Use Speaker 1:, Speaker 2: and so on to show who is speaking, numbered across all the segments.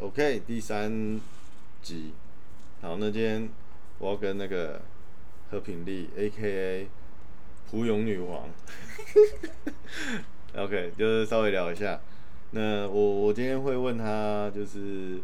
Speaker 1: OK，第三集。好，那今天我要跟那个和平丽 （A.K.A. 蒲勇女王 ），OK，就是稍微聊一下。那我我今天会问她，就是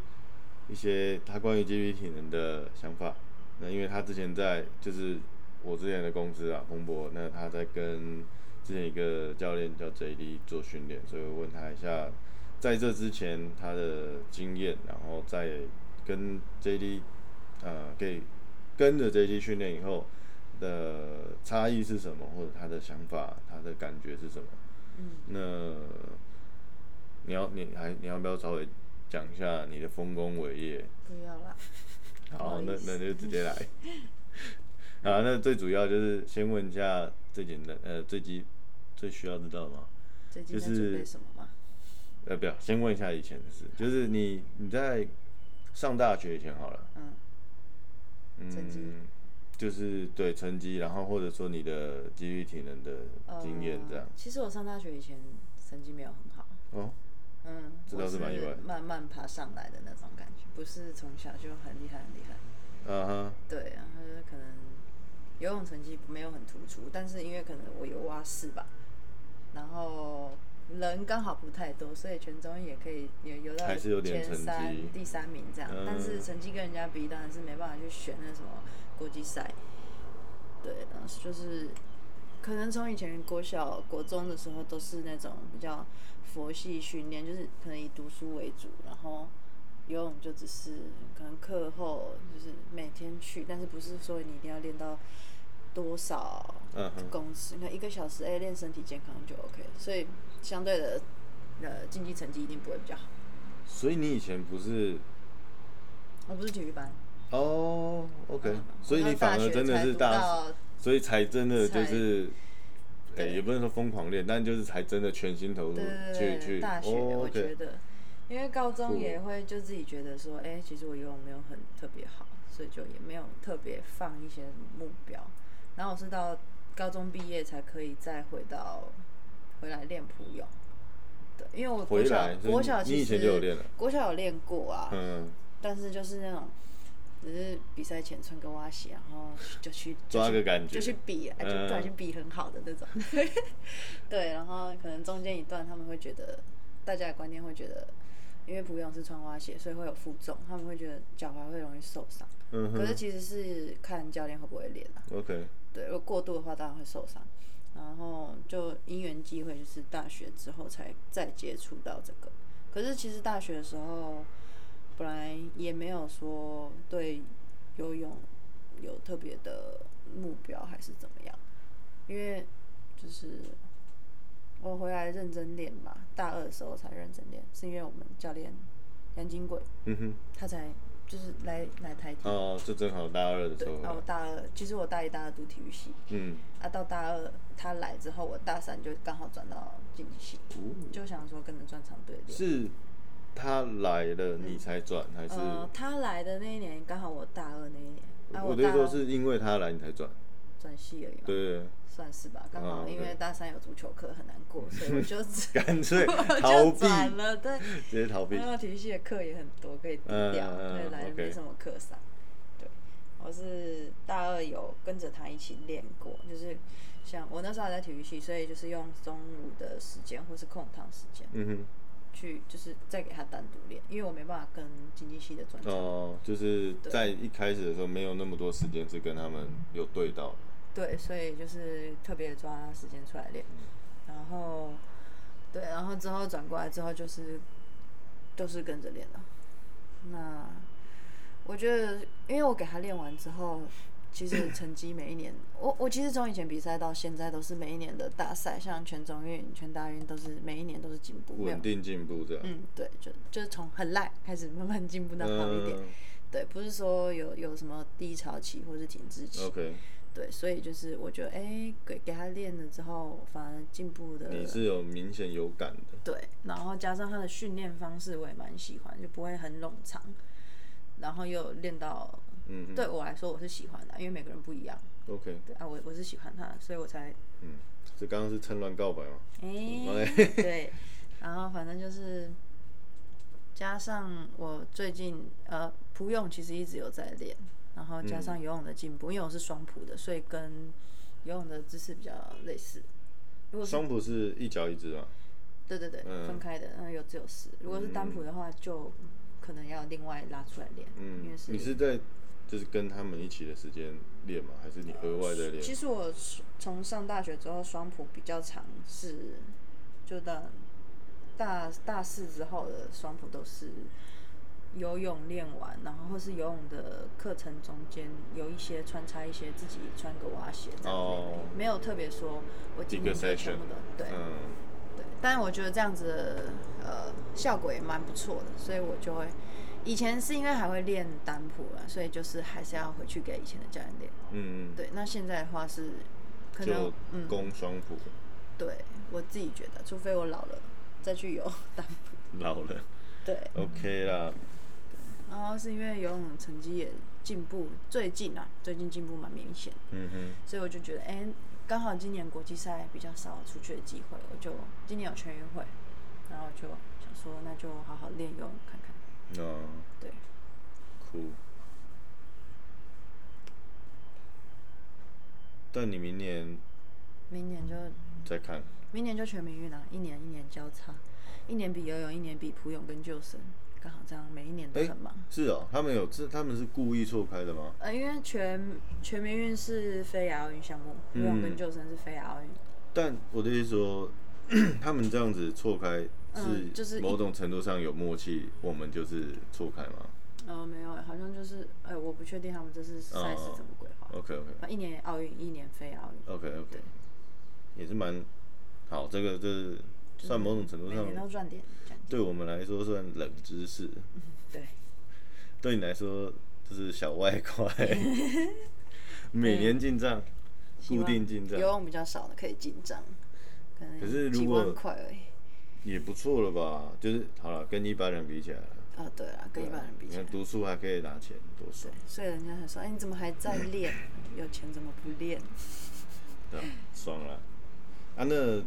Speaker 1: 一些她关于激励体能的想法。那因为她之前在就是我之前的公司啊，彭博，那她在跟之前一个教练叫 J.D. 做训练，所以我问她一下。在这之前他的经验，然后在跟 JD 呃给跟着 JD 训练以后的差异是什么，或者他的想法、他的感觉是什么？嗯，那你要你还你要不要稍微讲一下你的丰功伟业？
Speaker 2: 不要啦。
Speaker 1: 好，那那就直接来。啊，那最主要就是先问一下最简单呃最基最需要知道的吗？
Speaker 2: 最近
Speaker 1: 就
Speaker 2: 在准备
Speaker 1: 是
Speaker 2: 什么吗？
Speaker 1: 呃，不要，先问一下以前的事，就是你你在上大学以前好了，
Speaker 2: 嗯，成绩
Speaker 1: 嗯，就是对成绩，然后或者说你的机遇体能的
Speaker 2: 呃
Speaker 1: 经验这样。
Speaker 2: 其实我上大学以前成绩没有很好，
Speaker 1: 哦，
Speaker 2: 嗯，
Speaker 1: 这倒
Speaker 2: 我
Speaker 1: 是
Speaker 2: 是
Speaker 1: 蛮意外的
Speaker 2: 慢慢爬上来的那种感觉，不是从小就很厉害很厉害。
Speaker 1: 啊哈，
Speaker 2: 对，然后就是可能游泳成绩没有很突出，但是因为可能我有蛙式吧，然后人刚好不太多，所以全中也可以有游到
Speaker 1: 还是有点
Speaker 2: 前
Speaker 1: 成
Speaker 2: 三
Speaker 1: 绩、
Speaker 2: 第三名这样，但是
Speaker 1: 嗯
Speaker 2: 成绩跟人家比，当然是没办法去选那什么国际赛。对，然后就是可能从以前国小、国中的时候都是那种比较佛系训练，就是可能以读书为主，然后游泳就只是可能课后就是每天去，但是不是说你一定要练到多少
Speaker 1: 嗯哼
Speaker 2: 公尺，那、一个小时哎练身体健康就 OK，所以相对的呃竞技成绩一定不会比较好。
Speaker 1: 所以你以前不是
Speaker 2: 我不是体育班，
Speaker 1: 哦，OK，、
Speaker 2: 嗯
Speaker 1: 所以
Speaker 2: 我
Speaker 1: 你
Speaker 2: 到
Speaker 1: 反而
Speaker 2: 学
Speaker 1: 真的
Speaker 2: 才
Speaker 1: 是
Speaker 2: 读
Speaker 1: 大，
Speaker 2: 到
Speaker 1: 所以才真的就
Speaker 2: 才
Speaker 1: 是。哎、
Speaker 2: 对
Speaker 1: 也不能说疯狂练，但就是才真的全心投入
Speaker 2: 对对
Speaker 1: 去
Speaker 2: 对，
Speaker 1: 去。
Speaker 2: 大学
Speaker 1: 哦
Speaker 2: 我
Speaker 1: OK
Speaker 2: 觉得，因为高中也会就自己觉得说，哎、其实我游泳没有很特别好，所以就也没有特别放一些目标。然后我是到高中毕业才可以再回到回来练普泳。对，因为我国
Speaker 1: 回
Speaker 2: 小
Speaker 1: 来所以
Speaker 2: 国小
Speaker 1: 你
Speaker 2: 其实
Speaker 1: 你以前就有练了
Speaker 2: 国小有练过啊，
Speaker 1: 嗯，
Speaker 2: 但是就是那种，只是比赛前穿个蛙鞋，然后就去就
Speaker 1: 抓
Speaker 2: 去
Speaker 1: 个感觉
Speaker 2: 就去比，哎就
Speaker 1: 嗯
Speaker 2: 不小心比很好的那种。 对，然后可能中间一段他们会觉得，大家的观念会觉得，因为普泳是穿蛙鞋，所以会有负重，他们会觉得脚踝会容易受伤。
Speaker 1: 嗯
Speaker 2: 可是其实是看教练会不会练啊。
Speaker 1: ，OK，
Speaker 2: 对，如果过度的话，当然会受伤。然后就因缘机会，就是大学之后才再接触到这个。可是其实大学的时候，本来也没有说对游泳有特别的目标还是怎么样，因为就是我回来认真练吧，大二的时候才认真练，是因为我们教练杨金贵
Speaker 1: 嗯哼，
Speaker 2: 他才就是来来台体。
Speaker 1: 哦，就正好大二的时
Speaker 2: 对
Speaker 1: 候，，
Speaker 2: 然后我大二，其实我大一、大二读体育系，
Speaker 1: 嗯，
Speaker 2: 啊，到大二他来之后，我大三就刚好转到竞技系，就想说跟着专场队练。
Speaker 1: 是他来了你才转，还是？
Speaker 2: 呃，他来的那一年刚好我大二那一年，啊，
Speaker 1: 我
Speaker 2: 大
Speaker 1: 对说
Speaker 2: 二哦
Speaker 1: 是因为他来你才转，
Speaker 2: 转系而已嘛，
Speaker 1: 对对
Speaker 2: 算是吧。刚
Speaker 1: 啊
Speaker 2: 好
Speaker 1: ，OK
Speaker 2: 因为大三有足球课很难过，所以我就
Speaker 1: 对，干脆
Speaker 2: 我
Speaker 1: 逃
Speaker 2: 就
Speaker 1: 避，
Speaker 2: 转了，呃对。
Speaker 1: 直接逃避。
Speaker 2: 然后体育系的课也很多，可以低调，
Speaker 1: 嗯嗯嗯
Speaker 2: 对，来了
Speaker 1: OK
Speaker 2: 没什么课上。对，我是大二有跟着他一起练过，就是像我那时候还在体育系，所以就是用中午的时间或是空堂时间
Speaker 1: 嗯
Speaker 2: 去，就是再给他单独练，因为我没办法跟经济系的专
Speaker 1: 哼，
Speaker 2: 场。
Speaker 1: 哦，就是在一开始的时候没有那么多时间是跟他们有对到，
Speaker 2: 对，所以就是特别抓时间出来练，
Speaker 1: 嗯
Speaker 2: 然后对，然后之后转过来之后就是都是跟着练了。那我觉得，因为我给他练完之后，其实成绩每一年，我我其实从以前比赛到现在都是每一年的大赛，像全中运、全大运都是每一年都是进步，没有
Speaker 1: 稳定进步这样。
Speaker 2: 嗯，对，就就是从很烂开始慢慢进步到好一点，
Speaker 1: 嗯
Speaker 2: 对，不是说有有什么低潮期或是停滞期。
Speaker 1: ，OK，
Speaker 2: 对，所以就是我觉得，哎、给给他练了之后，反而进步的。
Speaker 1: 你是有明显有感的，
Speaker 2: 对，然后加上他的训练方式，我也蛮喜欢，就不会很冗长，然后又练到，
Speaker 1: 嗯
Speaker 2: 对我来说我是喜欢的，啊因为每个人不一样。
Speaker 1: 哼，OK，
Speaker 2: 对啊，我我是喜欢他的，所以我才，
Speaker 1: 嗯，这刚刚 是趁乱告白吗？
Speaker 2: 哎、
Speaker 1: 哎
Speaker 2: 对，然后反正就是，加上我最近呃普泳其实一直有在练，然后加
Speaker 1: 嗯
Speaker 2: 上游泳的进步，因为我是双普的，所以跟游泳的姿势比较类似。如果是
Speaker 1: 双普是一脚一只嘛？
Speaker 2: 对对对、
Speaker 1: 嗯
Speaker 2: 分开的，然后有自由式。如果是单普的话，就可能要另外拉出来练，因
Speaker 1: 嗯
Speaker 2: 为，
Speaker 1: 你是在就是跟他们一起的时间练吗？还是你额外的练？
Speaker 2: 其实我从上大学之后，双普比较常是，就到大大四之后的双普都是游泳练完，然后或是游泳的课程中间有一些穿插一些自己穿个蛙鞋这样子练而已
Speaker 1: 哦
Speaker 2: 没有特别说我
Speaker 1: 几
Speaker 2: 今
Speaker 1: 个
Speaker 2: 天就
Speaker 1: session？
Speaker 2: 全部都对、
Speaker 1: 嗯，
Speaker 2: 对，但我觉得这样子的呃效果也蛮不错的，所以我就会以前是因为还会练单普啊，所以就是还是要回去给以前的教练练。
Speaker 1: 嗯嗯，
Speaker 2: 对，那现在的话是可能
Speaker 1: 就
Speaker 2: 嗯，
Speaker 1: 攻双普，
Speaker 2: 对我自己觉得，除非我老了再去游单步。
Speaker 1: 老了
Speaker 2: 对，
Speaker 1: ，OK 啦，
Speaker 2: 然后是因为游泳成绩也进步，最近啊，最近进步蛮明显，
Speaker 1: 嗯哼，
Speaker 2: 所以我就觉得，哎、刚好今年国际赛比较少出去的机会，我就今年有全运会，然后就想说，那就好好练游泳看看。
Speaker 1: 哦，
Speaker 2: 对，
Speaker 1: 酷。但你明年
Speaker 2: 明年就
Speaker 1: 再看，
Speaker 2: 明年就全民运啦、啊一年一年交叉，一年比游泳，一年比普泳跟救生，刚好这样每一年都
Speaker 1: 哎
Speaker 2: 很忙。
Speaker 1: 是哦，他们有这，他们是故意错开的吗？
Speaker 2: 呃，因为全全民运是非亚奥运项目，游泳
Speaker 1: 嗯
Speaker 2: 跟救生是非亚奥运，
Speaker 1: 但我的意思说， 他们这样子错开
Speaker 2: 嗯就是
Speaker 1: 是
Speaker 2: 一
Speaker 1: 某种程度上有默契，我们就是错开吗
Speaker 2: 呃，没有欸，好像就是，哎、我不确定他们这次赛事怎么规划，
Speaker 1: 哦？OK OK
Speaker 2: 啊一年奥运，一年非亚奥运，
Speaker 1: OK OK，也是蛮好，这个这是算某种程度
Speaker 2: 每年都
Speaker 1: 上
Speaker 2: 赚点嗯这样，
Speaker 1: 对我们来说算冷知识，
Speaker 2: 对，
Speaker 1: 对你来说就是小外 快，每年进账，
Speaker 2: 希
Speaker 1: 固
Speaker 2: 望
Speaker 1: 定进账
Speaker 2: 游泳比较少的可以进账，可能
Speaker 1: 可是如
Speaker 2: 几
Speaker 1: 果
Speaker 2: 万块而已，
Speaker 1: 也不错了吧？就是好了，跟一般人比起来，
Speaker 2: 啊，对啊，跟一般人比起
Speaker 1: 你
Speaker 2: 来
Speaker 1: 看，读书还可以拿钱，多爽
Speaker 2: 对，，所以人家才说，哎、你怎么还在 练？有钱怎么不练？
Speaker 1: 对吧，爽了。啊，那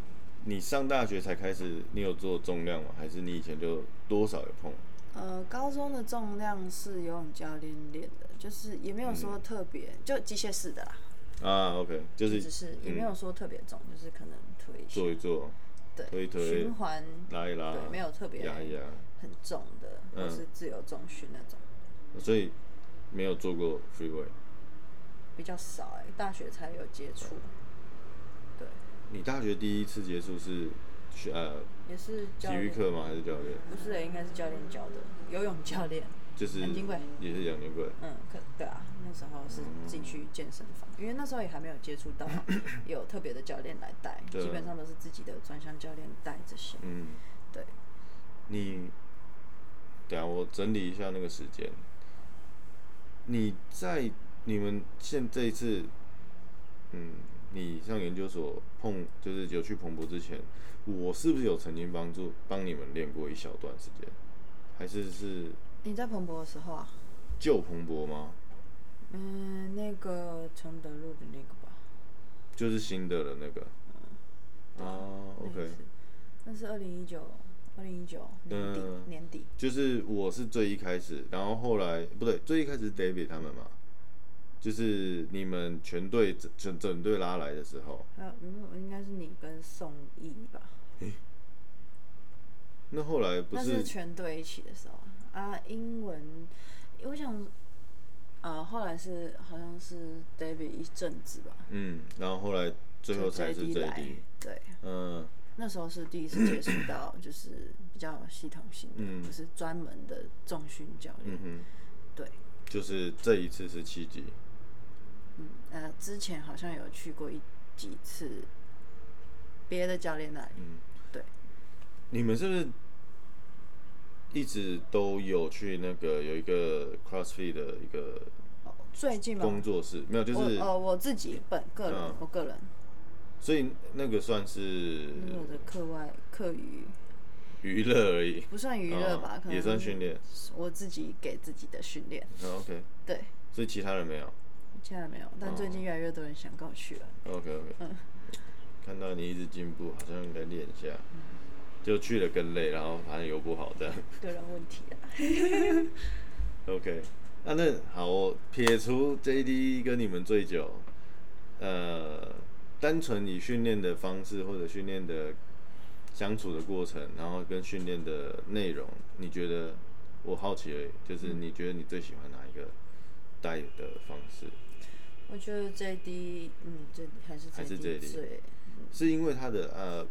Speaker 1: 你上大学才开始，你有做重量吗？还是你以前就多少有碰？
Speaker 2: 呃，高中的重量是游泳教练练的，就是也没有说特别，就机械式的啦，
Speaker 1: 啊，OK，就是嗯
Speaker 2: 只嗯是也没有说特别重，就是可能推一下
Speaker 1: 做一做，
Speaker 2: 对
Speaker 1: 推一推
Speaker 2: 循环
Speaker 1: 拉一拉，
Speaker 2: 对没有特别
Speaker 1: 压一压，
Speaker 2: 很重的，或是自由重训那种
Speaker 1: 所以没有做过 free weight。
Speaker 2: 比较少哎、大学才有接触，对，
Speaker 1: 你大学第一次接触是学呃
Speaker 2: 也是教
Speaker 1: 体育
Speaker 2: 练，
Speaker 1: 课吗？还是教练？
Speaker 2: 不是、欸、应该是教练教的，游泳教练，
Speaker 1: 就是
Speaker 2: 杨金贵
Speaker 1: 也是杨金贵。
Speaker 2: 嗯，可对啊，那时候是自己去健身房，因为那时候也还没有接触 到有特别的教练来带，
Speaker 1: 对
Speaker 2: 基本上都是自己的专项教练带这些。
Speaker 1: 嗯，
Speaker 2: 对，
Speaker 1: 你等下我整理一下那个时间。你在你们现这一次，嗯，你上研究所碰就是有去澎湖之前，我是不是有曾经帮助帮你们练过一小段时间？还是是
Speaker 2: 你在彭博的时候啊，
Speaker 1: 旧蓬勃吗？
Speaker 2: 嗯，那个承德路的那个吧，
Speaker 1: 就是新的了那个。哦
Speaker 2: 那
Speaker 1: ，OK，
Speaker 2: 一次那是二零一九，二零一九年底、
Speaker 1: 嗯
Speaker 2: 年底，
Speaker 1: 就是我是最一开始，然后后来不对，最一开始是 David 他们嘛，就是你们全队整整整队拉来的时候，
Speaker 2: 还有没有？呃应该是你跟宋轶吧？
Speaker 1: 那后来不
Speaker 2: 那
Speaker 1: 是
Speaker 2: 是全队一起的时候啊，啊英文，我想，呃，后来是好像是 David 一阵子吧，
Speaker 1: 嗯，然后后来最后
Speaker 2: 就
Speaker 1: 才是
Speaker 2: JD
Speaker 1: 最
Speaker 2: 来
Speaker 1: 低，，
Speaker 2: 对，
Speaker 1: 嗯
Speaker 2: 那时候是第一次接触到就是比较系统性的，
Speaker 1: 嗯
Speaker 2: 不是专门的重训教练，
Speaker 1: 嗯哼，
Speaker 2: 对，
Speaker 1: 就是这一次是七级，
Speaker 2: 嗯，呃，之前好像有去过一几次别的教练那里，
Speaker 1: 嗯，
Speaker 2: 对，
Speaker 1: 你们是不是一直都有去那个有一个 CrossFit 的一个
Speaker 2: 哦最近嘛，
Speaker 1: 工作室？没有，就是
Speaker 2: 我哦我自己本个人，
Speaker 1: 嗯
Speaker 2: 我个人
Speaker 1: 所以那个算是
Speaker 2: 那我的课外课余
Speaker 1: 娱乐而已，
Speaker 2: 不算娱乐吧，
Speaker 1: 哦
Speaker 2: 可能
Speaker 1: 也算训练。
Speaker 2: 我自己给自己的训练，
Speaker 1: 嗯 OK，
Speaker 2: 对，
Speaker 1: 所以其他人没有。
Speaker 2: 现在没有，但
Speaker 1: 哦
Speaker 2: 最近越来越多人想跟我去了，
Speaker 1: OK OK，看到你一直进步，好像应该练一下。就去了更累，然后反正又不好这样。
Speaker 2: 个人问题啊。
Speaker 1: OK，那那好，我撇除 JD 跟你们醉酒，呃，单纯以训练的方式或者训练的相处的过程，然后跟训练的内容，你觉得我好奇而已，就是你觉得你最喜欢哪一个带的方式？
Speaker 2: 我觉得 JD，嗯，JD 还是
Speaker 1: 还是 JD
Speaker 2: 最
Speaker 1: 是因为它的呃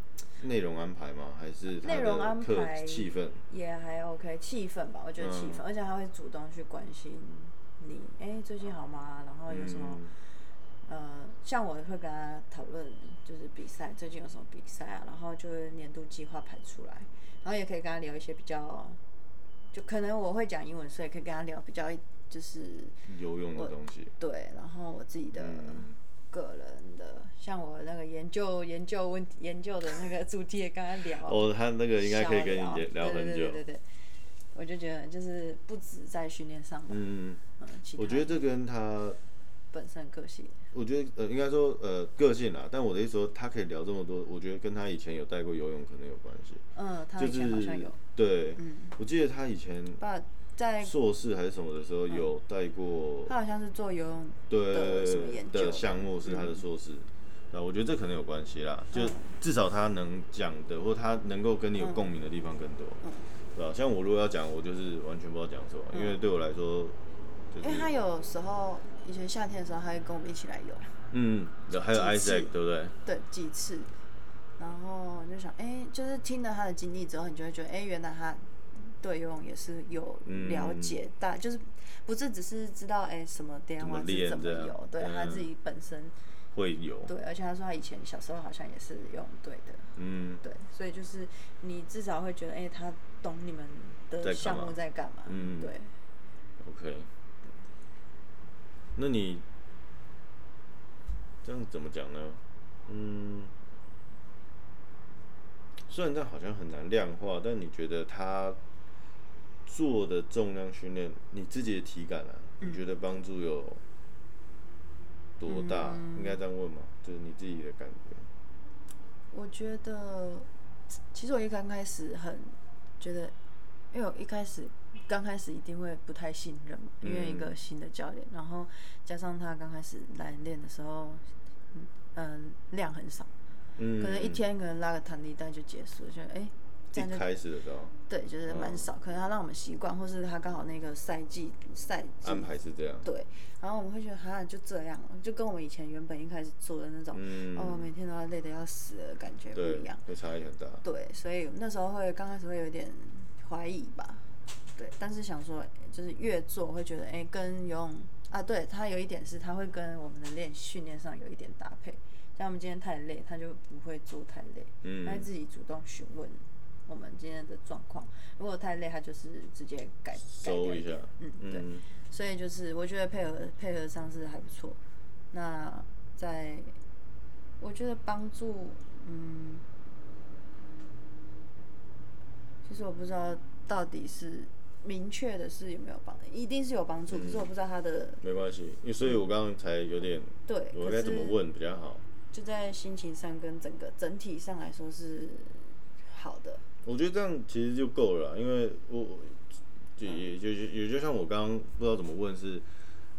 Speaker 1: 内容安排吗？还是它
Speaker 2: 内容安
Speaker 1: 的课
Speaker 2: 排
Speaker 1: 气氛？
Speaker 2: 也还 OK，气氛吧，我觉得气
Speaker 1: 嗯
Speaker 2: 氛，而且他会主动去关心你，哎、最近好吗？然哦后有什么？
Speaker 1: 嗯
Speaker 2: 呃，像我会跟他讨论，就是比赛最近有什么比赛啊，然后就是年度计划排出来，然后也可以跟他聊一些比较，就可能我会讲英文，所以可以跟他聊比较就是
Speaker 1: 嗯、游泳的东西？
Speaker 2: 对，然后我自己的
Speaker 1: 嗯
Speaker 2: 个人的，像我那个研究研究问题研究的那个主题也跟他聊啊，
Speaker 1: 哦，他那个应该可以
Speaker 2: 小
Speaker 1: 跟你
Speaker 2: 聊
Speaker 1: 聊聊
Speaker 2: 对
Speaker 1: 很
Speaker 2: 对
Speaker 1: 久
Speaker 2: 对。对对，我就觉得就是不止在训练上吧，
Speaker 1: 嗯，
Speaker 2: 嗯，其
Speaker 1: 我
Speaker 2: 他
Speaker 1: 觉得这跟他
Speaker 2: 本身个性，
Speaker 1: 我觉得呃，应该说呃个性啦，但我的意思说，他可以聊这么多，我觉得跟他以前有带过游泳可能有关系。
Speaker 2: 嗯，他以
Speaker 1: 就
Speaker 2: 前
Speaker 1: 是
Speaker 2: 好像有，
Speaker 1: 对，
Speaker 2: 嗯，
Speaker 1: 我记得他以前
Speaker 2: 爸在
Speaker 1: 硕士还是什么的时
Speaker 2: 嗯
Speaker 1: 候有带过，
Speaker 2: 他好像是做游泳，的什么
Speaker 1: 对
Speaker 2: 研究嗯
Speaker 1: 的项目是他的硕士。那我觉得这可能有关系啦，就至少他能讲的，或他能够跟你有共鸣的地方更多，
Speaker 2: 嗯
Speaker 1: 对吧、像我如果要讲，我就是完全不知道讲什么，因为对我来说，就
Speaker 2: 因为
Speaker 1: 是
Speaker 2: 嗯他有时候以前夏天的时候，他会跟我们一起来游，
Speaker 1: 嗯，还有
Speaker 2: 几次
Speaker 1: Isaac 对不对？
Speaker 2: 对，几次，然后就想，哎、就是听了他的经历之后，你就会觉得，哎、原来他对游泳也是有
Speaker 1: 嗯
Speaker 2: 了解，大、就是不是只是知道，哎、什么电
Speaker 1: 怎么
Speaker 2: 话是
Speaker 1: 练
Speaker 2: 怎么
Speaker 1: 这样
Speaker 2: 游，对、他
Speaker 1: 嗯
Speaker 2: 自己本身
Speaker 1: 会有，
Speaker 2: 对，而且他说他以前小时候好像也是游泳队的，
Speaker 1: 嗯，
Speaker 2: 对，所以就是你至少会觉得，哎、他懂你们
Speaker 1: 在
Speaker 2: 的
Speaker 1: 干
Speaker 2: 项目
Speaker 1: 嘛
Speaker 2: 在干嘛，
Speaker 1: 嗯
Speaker 2: 对，
Speaker 1: OK，那你这样怎么讲呢？嗯，虽然这样好像很难量化，但你觉得他做的重量训练，你自己的体感啊，
Speaker 2: 嗯
Speaker 1: 你觉得帮助有多大？
Speaker 2: 嗯
Speaker 1: 应该这样问嘛，就是你自己的感觉。
Speaker 2: 我觉得，其实我一刚开始很觉得，因为我一开始刚开始一定会不太信任嘛，因为一
Speaker 1: 嗯
Speaker 2: 个新的教练，然后加上他刚开始来练的时候，嗯、嗯量很少，
Speaker 1: 嗯，
Speaker 2: 可能一天可能拉个弹力带就结束了，就哎、这样
Speaker 1: 一
Speaker 2: 就
Speaker 1: 开始的时候
Speaker 2: 对，就是蛮
Speaker 1: 嗯
Speaker 2: 少。可能他让我们习惯，或是他刚好那个赛季赛季
Speaker 1: 安排是这样，
Speaker 2: 对，然后我们会觉得哈就这样了，就跟我们以前原本一开始做的那种，
Speaker 1: 嗯，
Speaker 2: 哦每天都要累得要死的感觉不
Speaker 1: 对
Speaker 2: 一样。，
Speaker 1: 会差异很大。
Speaker 2: 对，所以那时候会刚开始会有点怀疑吧，对，但是想说就是越做会觉得，哎、跟游泳啊，对，它有一点是它会跟我们的练训练上有一点搭配，像我们今天太累，他就不会做太累，
Speaker 1: 嗯
Speaker 2: 他会自己主动询问我们今天的状况，如果太累，他就是直接改改掉
Speaker 1: 收一下
Speaker 2: 点，嗯，对，
Speaker 1: 嗯
Speaker 2: 所以就是我觉得配合配合上是还不错。那在我觉得帮助，嗯，其实我不知道到底是明确的是有没有帮，一定是有帮助，可是我
Speaker 1: 嗯
Speaker 2: 不知道他的
Speaker 1: 没关系，因为所以我刚刚才有点，
Speaker 2: 对，
Speaker 1: 我
Speaker 2: 可
Speaker 1: 该怎么
Speaker 2: 是
Speaker 1: 问比较好？
Speaker 2: 就在心情上跟整个整体上来说是好的，
Speaker 1: 我觉得这样其实就够了啦，啊因为我就也就也就像我刚刚不知道怎么问是，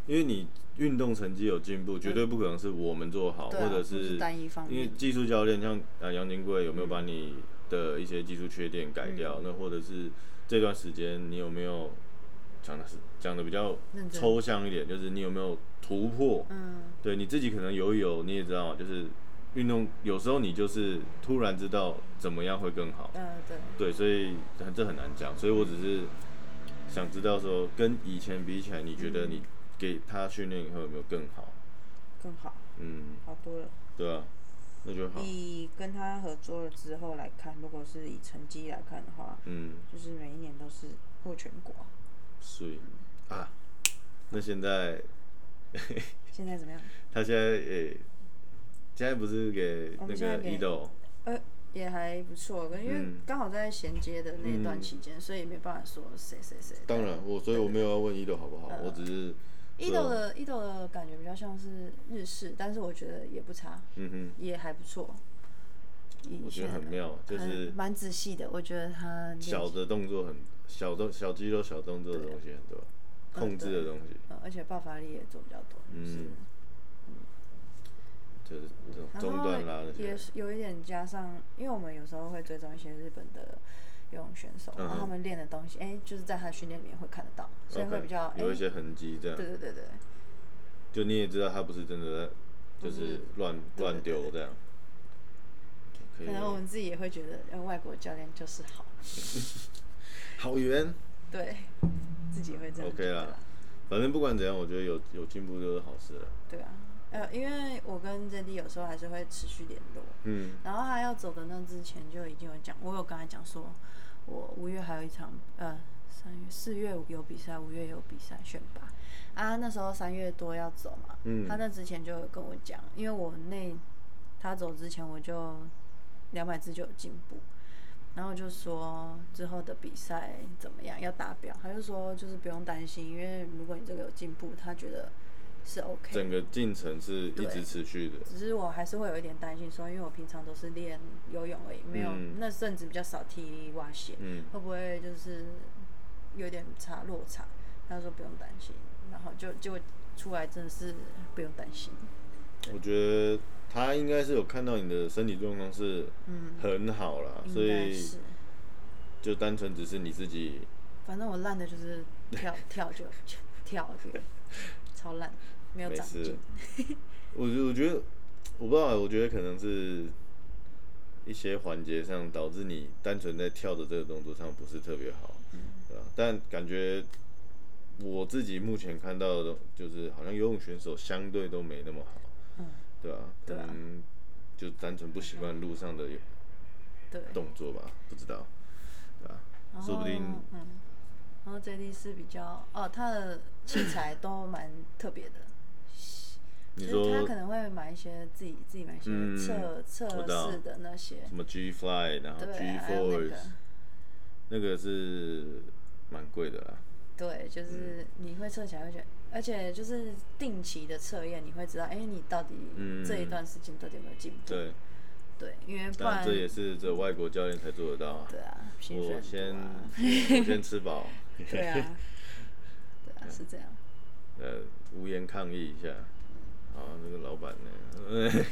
Speaker 1: 因为你运动成绩有进步，绝对不可能是我们做好，
Speaker 2: 对啊
Speaker 1: 或者
Speaker 2: 不是单一方面嗯
Speaker 1: 因为技术教练像啊杨金贵有没有把你的一些技术缺点改掉？那或者是这段时间你有没有讲的是讲的比较
Speaker 2: 认真
Speaker 1: 抽象一点，就是你有没有突破？
Speaker 2: 嗯，
Speaker 1: 对你自己可能游一游，你也知道，就是运动有时候你就是突然知道怎么样会更好，
Speaker 2: 呃，对，
Speaker 1: 对，所以呃这很难讲，所以我只是想知道说，跟以前比起来，你觉得
Speaker 2: 嗯
Speaker 1: 你给他训练以后有没有更好？
Speaker 2: 更好，
Speaker 1: 嗯，
Speaker 2: 好多了。
Speaker 1: 对啊，那就好，
Speaker 2: 以跟他合作了之后来看，如果是以成绩来看的话，
Speaker 1: 嗯，
Speaker 2: 就是每一年都是破全国。
Speaker 1: 所以啊，那现在
Speaker 2: 现在怎么样？
Speaker 1: 他现在诶、现在不是给
Speaker 2: 我
Speaker 1: 那
Speaker 2: 们现在
Speaker 1: 个
Speaker 2: 给
Speaker 1: Edo，
Speaker 2: 呃，也还不错，因为
Speaker 1: 嗯
Speaker 2: 刚好在衔接的那段期间，所以没办法说谁谁谁。
Speaker 1: 当然我所以我没有要问 Edo 好不好，
Speaker 2: 嗯
Speaker 1: 我只是
Speaker 2: 伊豆的伊豆的感觉比较像是日式，但是我觉得也不差，
Speaker 1: 嗯哼。
Speaker 2: 也还不错。以
Speaker 1: 嗯我觉得
Speaker 2: 前
Speaker 1: 很
Speaker 2: 的
Speaker 1: 妙就
Speaker 2: 很
Speaker 1: 是
Speaker 2: 蛮仔细的。我觉得他练
Speaker 1: 小
Speaker 2: 习，
Speaker 1: 的动作很小动小肌肉小动作的东西很多，
Speaker 2: 嗯
Speaker 1: 控制的东西
Speaker 2: 呃而且爆发力也做比较多，是
Speaker 1: 嗯就是这种
Speaker 2: 然
Speaker 1: 中
Speaker 2: 后
Speaker 1: 段啦那
Speaker 2: 也
Speaker 1: 些，
Speaker 2: 是有一点加上，因为我们有时候会追踪一些日本的游泳选手，
Speaker 1: 嗯
Speaker 2: 然后他
Speaker 1: 哼
Speaker 2: 们练的东西，哎、就是在他的训练里面会看得到，所以会
Speaker 1: OK，
Speaker 2: 比较哎、
Speaker 1: 有一些痕迹这样
Speaker 2: 对，对对对，
Speaker 1: 就你也知道他不是真的在，就
Speaker 2: 不
Speaker 1: 是
Speaker 2: 是
Speaker 1: 乱
Speaker 2: 嗯对
Speaker 1: 乱
Speaker 2: 对对
Speaker 1: 丢这样。可以
Speaker 2: 可能我们自己也会觉得，呃，外国教练就是好，
Speaker 1: 好圆，
Speaker 2: 对，自己会这样
Speaker 1: OK
Speaker 2: 觉得
Speaker 1: 啦反正不管怎样，我觉得有有进步就是好事了。
Speaker 2: 对啊，呃，因为我跟 JD 有时候还是会持续联络，
Speaker 1: 嗯，
Speaker 2: 然后他要走的那之前就已经有讲，我有跟他讲说，我五月还有一场，呃，三月四月有比赛，五月有比赛选拔，啊，那时候三月多要走嘛，
Speaker 1: 嗯
Speaker 2: 他那之前就有跟我讲，因为我那他走之前我就两百字就有进步，然后就说之后的比赛怎么样要达标，他就说就是不用担心，因为如果你这个有进步，他觉得是 OK 的
Speaker 1: 整个进程是一直
Speaker 2: 对
Speaker 1: 持续的。
Speaker 2: 只是我还是会有一点担心说因为我平常都是练游泳而已，没有、
Speaker 1: 嗯
Speaker 2: 那阵子比较少踢蛙鞋，
Speaker 1: 嗯
Speaker 2: 会不会就是有点差落差？他说不用担心，然后就就出来真的是不用担心，
Speaker 1: 我觉得他应该是有看到你的身体状况是
Speaker 2: 嗯
Speaker 1: 很好啦，所
Speaker 2: 应该
Speaker 1: 以
Speaker 2: 是。
Speaker 1: 就单纯只是你自己
Speaker 2: 反正我烂的就是跳跳就跳就超烂，没有
Speaker 1: 没
Speaker 2: 长
Speaker 1: 事
Speaker 2: 进。。
Speaker 1: 我觉我觉得我不知道啊，我觉得可能是一些环节上导致你单纯在跳的这个动作上不是特别好，
Speaker 2: 嗯
Speaker 1: 对吧、但感觉我自己目前看到的，就是好像游泳选手相对都没那么好，
Speaker 2: 嗯，
Speaker 1: 对吧、可
Speaker 2: 对啊
Speaker 1: 能就单纯不习惯路上的
Speaker 2: 对。
Speaker 1: 动作吧，不知道，对吧、
Speaker 2: 然
Speaker 1: 说不
Speaker 2: 后
Speaker 1: 定
Speaker 2: 嗯，然后 JD 是比较哦，他的器材都蛮特别的。
Speaker 1: 你
Speaker 2: 就是他
Speaker 1: 说
Speaker 2: 可能会买一些自己自己买一些
Speaker 1: 嗯
Speaker 2: 测
Speaker 1: 我
Speaker 2: 测
Speaker 1: 知道
Speaker 2: 试的那些，
Speaker 1: 什么 G Fly，然后
Speaker 2: 对
Speaker 1: G
Speaker 2: 还有那个
Speaker 1: Force，那个是蛮贵的啦。
Speaker 2: 对，
Speaker 1: 嗯
Speaker 2: 就是你会测起来会觉得，而且就是定期的测验，你会知道，哎、你到底
Speaker 1: 嗯
Speaker 2: 这一段时间到底有没有进步？
Speaker 1: 对，
Speaker 2: 对，因为不
Speaker 1: 但
Speaker 2: 然
Speaker 1: 这也是只有外国教练才做得到啊。
Speaker 2: 对啊，薪水
Speaker 1: 我
Speaker 2: 很
Speaker 1: 先
Speaker 2: 多啊
Speaker 1: 我先吃饱，
Speaker 2: 对啊，对啊，是这样。
Speaker 1: 呃，无言抗议一下。啊，那个老板呢？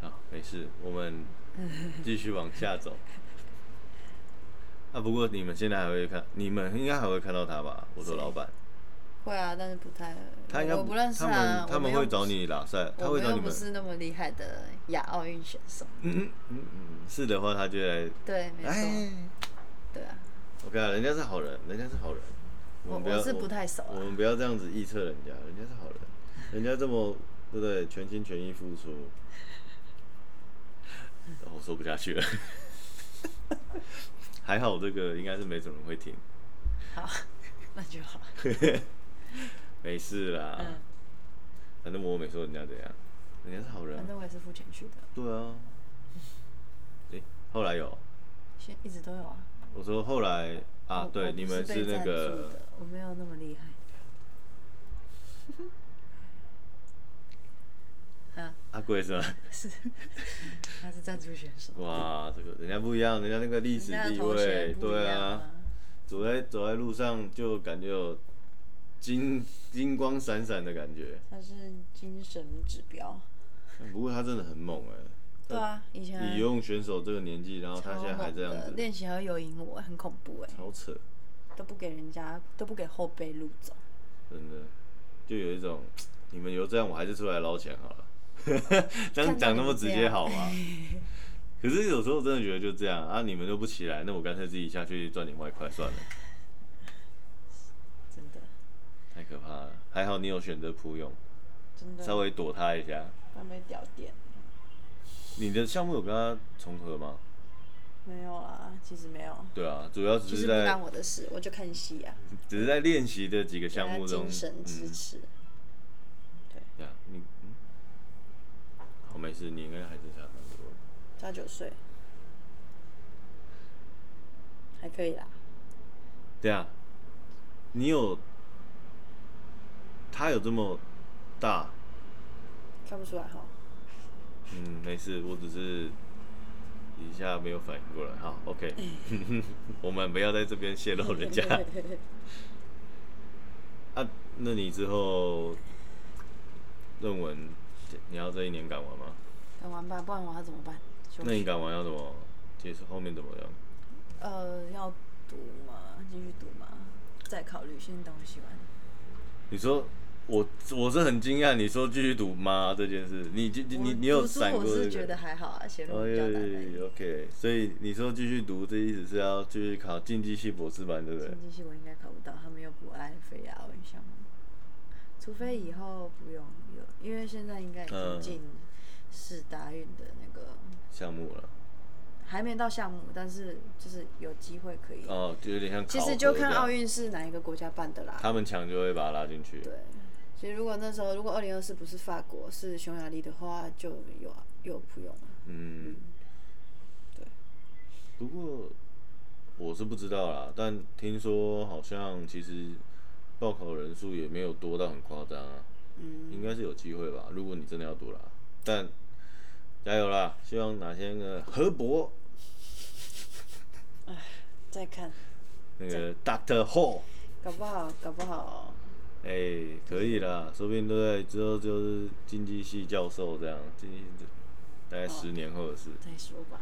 Speaker 1: 好，没事，我们继续往下走。啊，不过你们现在还会看，你们应该还会看到他吧？我说老板，
Speaker 2: 会啊，但是不太，
Speaker 1: 他应该
Speaker 2: 我不认识
Speaker 1: 他
Speaker 2: 啊
Speaker 1: 们，他
Speaker 2: 我
Speaker 1: 们
Speaker 2: 又
Speaker 1: 会找你拉赛，他
Speaker 2: 我
Speaker 1: 会
Speaker 2: 们
Speaker 1: 找
Speaker 2: 又
Speaker 1: 你
Speaker 2: 不
Speaker 1: 们。
Speaker 2: 是那么厉害的亚奥运选手，
Speaker 1: 嗯嗯嗯嗯，是的话他就来，
Speaker 2: 对，没
Speaker 1: 哎
Speaker 2: 错，对啊，
Speaker 1: ，OK 啊，人家是好人，人家是好人。
Speaker 2: 我
Speaker 1: 们不要
Speaker 2: 我是不太熟啊
Speaker 1: 我们不要这样子臆测人家，人家是好人，人家这么 对不对，全心全意付出。然后说不下去了， 还好这个应该是没什么人会听，
Speaker 2: 好， 那就好，
Speaker 1: 没事啦，
Speaker 2: 嗯，
Speaker 1: 反正我没说人家怎样，人家是好人
Speaker 2: 反
Speaker 1: 啊。
Speaker 2: 正我也是付钱去的，
Speaker 1: 对啊，诶、后来有，
Speaker 2: 现一直都有啊。
Speaker 1: 我说后来啊
Speaker 2: 我，
Speaker 1: 对，
Speaker 2: 我不
Speaker 1: 你们
Speaker 2: 是被
Speaker 1: 那
Speaker 2: 赞助
Speaker 1: 个
Speaker 2: 的，我没有那么厉害。 啊，
Speaker 1: 阿贵是吧？
Speaker 2: 是， 他是赞助选手，
Speaker 1: 哇，这个人家不一样，人家那个历
Speaker 2: 人
Speaker 1: 史
Speaker 2: 家的
Speaker 1: 地
Speaker 2: 头
Speaker 1: 位
Speaker 2: 衔，不一
Speaker 1: 对
Speaker 2: 样
Speaker 1: 啊，，走在走在路上就感觉有金金光闪闪的感觉。
Speaker 2: 他是精神指标。
Speaker 1: 不过他真的很猛哎、
Speaker 2: 对啊，以前
Speaker 1: 以游泳选手这个年纪，然后他
Speaker 2: 超
Speaker 1: 现在还
Speaker 2: 猛
Speaker 1: 这样
Speaker 2: 的
Speaker 1: 子，
Speaker 2: 哦练习还要游赢我，很恐怖哎、
Speaker 1: 超扯，
Speaker 2: 都不给人家，都不给后辈路走。
Speaker 1: 真的，就有一种你们有这样，我还是出来捞钱好了。 这样
Speaker 2: 看到
Speaker 1: 讲
Speaker 2: 你
Speaker 1: 那么
Speaker 2: 这
Speaker 1: 直接
Speaker 2: 样
Speaker 1: 好 吗？可是有时候真的觉得就这样啊，你们都不起来，那我干脆自己下去赚点外快算了。
Speaker 2: 真的，
Speaker 1: 太可怕了，还好你有选择普泳，
Speaker 2: 真的，
Speaker 1: 稍微躲他一下。
Speaker 2: 还没屌点。
Speaker 1: 你的项目有跟他重合吗？
Speaker 2: 没有啦，其实没有，
Speaker 1: 对啊，主要只
Speaker 2: 其
Speaker 1: 是
Speaker 2: 实不干
Speaker 1: 在
Speaker 2: 我的事，我就看戏啊，
Speaker 1: 只是在练习的几个项
Speaker 2: 给
Speaker 1: 目
Speaker 2: 他
Speaker 1: 中，
Speaker 2: 啊精神支
Speaker 1: 嗯，
Speaker 2: 持。
Speaker 1: 对啊，你，嗯，好，没事，你应该还是差蛮多的。
Speaker 2: 差九岁，还可以啦。
Speaker 1: 对啊，你有，他有这么大，
Speaker 2: 看不出来哈，
Speaker 1: 嗯，没事，我只是一下没有反应过来。好，OK，我
Speaker 2: 哎
Speaker 1: 们不要在这边泄露人 家。啊，那你之后论文你要这一年赶完吗？
Speaker 2: 赶完吧，不然我要怎么办？休
Speaker 1: 那你赶完要怎么结束？后面怎么样？
Speaker 2: 呃，要读吗？继续读吗？再考虑，先东西完。
Speaker 1: 你说我我是很惊讶，你说继续读吗这件事，你你你你有
Speaker 2: 我读书
Speaker 1: 闪过
Speaker 2: 我
Speaker 1: 这
Speaker 2: 是
Speaker 1: 个？
Speaker 2: 觉得还好啊，写论
Speaker 1: 哦
Speaker 2: 文比较难欸而已。
Speaker 1: o k 所以你说继续读，这意思是要继续考经济系博士班，对不对？
Speaker 2: 经济系我应该考不到，他们又不爱非亚文项目，除非以后不用有，因为现在应该已经
Speaker 1: 嗯
Speaker 2: 进市达运的那个，
Speaker 1: 项目了。
Speaker 2: 还没到项目，但是就是有机会可以。
Speaker 1: 哦，就有点像考
Speaker 2: 其
Speaker 1: 核这样。
Speaker 2: 实就看奥运是哪一个国家办的啦。
Speaker 1: 他们强就会把他拉进去。
Speaker 2: 对，其实如果那时候如果二零二四不是法国是匈牙利的话，就有有不用了。
Speaker 1: 嗯，
Speaker 2: 对。
Speaker 1: 不过我是不知道啦，但听说好像其实报考人数也没有多到很夸张啊，
Speaker 2: 嗯，
Speaker 1: 应该是有机会吧，如果你真的要读啦。但加油啦，希望哪些那个何博
Speaker 2: 再看，
Speaker 1: 那个 Doctor Hall。
Speaker 2: 搞不好搞不好
Speaker 1: 哎、可以啦，说不定对不对？之后就是经济系教授这样，经济大概
Speaker 2: 哦
Speaker 1: 十年后的事。
Speaker 2: 再说吧，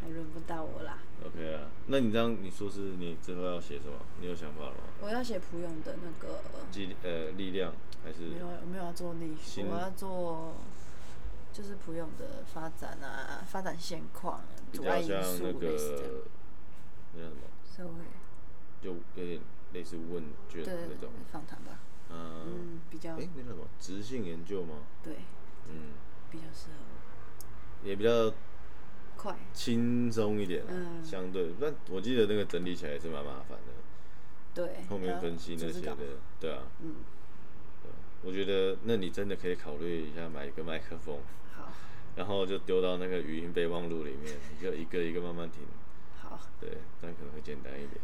Speaker 2: 还轮不到我啦。
Speaker 1: OK 啦，那你这样你说是你之后要写什么？你有想法了吗？
Speaker 2: 我要写普勇的那个，
Speaker 1: 力呃力量还是
Speaker 2: 没有我没有要做历史，
Speaker 1: 新
Speaker 2: 我要做就是普勇的发展啊，发展现况、
Speaker 1: 比
Speaker 2: 阻
Speaker 1: 较
Speaker 2: 碍因
Speaker 1: 像那
Speaker 2: 素类
Speaker 1: 个
Speaker 2: 似这样。
Speaker 1: 那叫什么？
Speaker 2: 社会
Speaker 1: 就有点类似问卷
Speaker 2: 对
Speaker 1: 那种。
Speaker 2: 访谈吧，
Speaker 1: 嗯。
Speaker 2: 嗯，比较、
Speaker 1: 哎、那叫什么？直性研究吗？
Speaker 2: 对，
Speaker 1: 嗯，
Speaker 2: 比较适合我
Speaker 1: 也比较
Speaker 2: 快，
Speaker 1: 轻松一点啦，
Speaker 2: 嗯
Speaker 1: 相对。但我记得那个整理起来也是蛮麻烦的，
Speaker 2: 对，
Speaker 1: 后面
Speaker 2: 呃
Speaker 1: 分析那
Speaker 2: 组织
Speaker 1: 些
Speaker 2: 稿
Speaker 1: 的，对啊。
Speaker 2: 嗯，
Speaker 1: 我觉得那你真的可以考虑一下买一个麦克风，
Speaker 2: 好，
Speaker 1: 然后就丢到那个语音备忘录里面，你就一个一个慢慢听，
Speaker 2: 好，
Speaker 1: 对，这样可能会简单一点。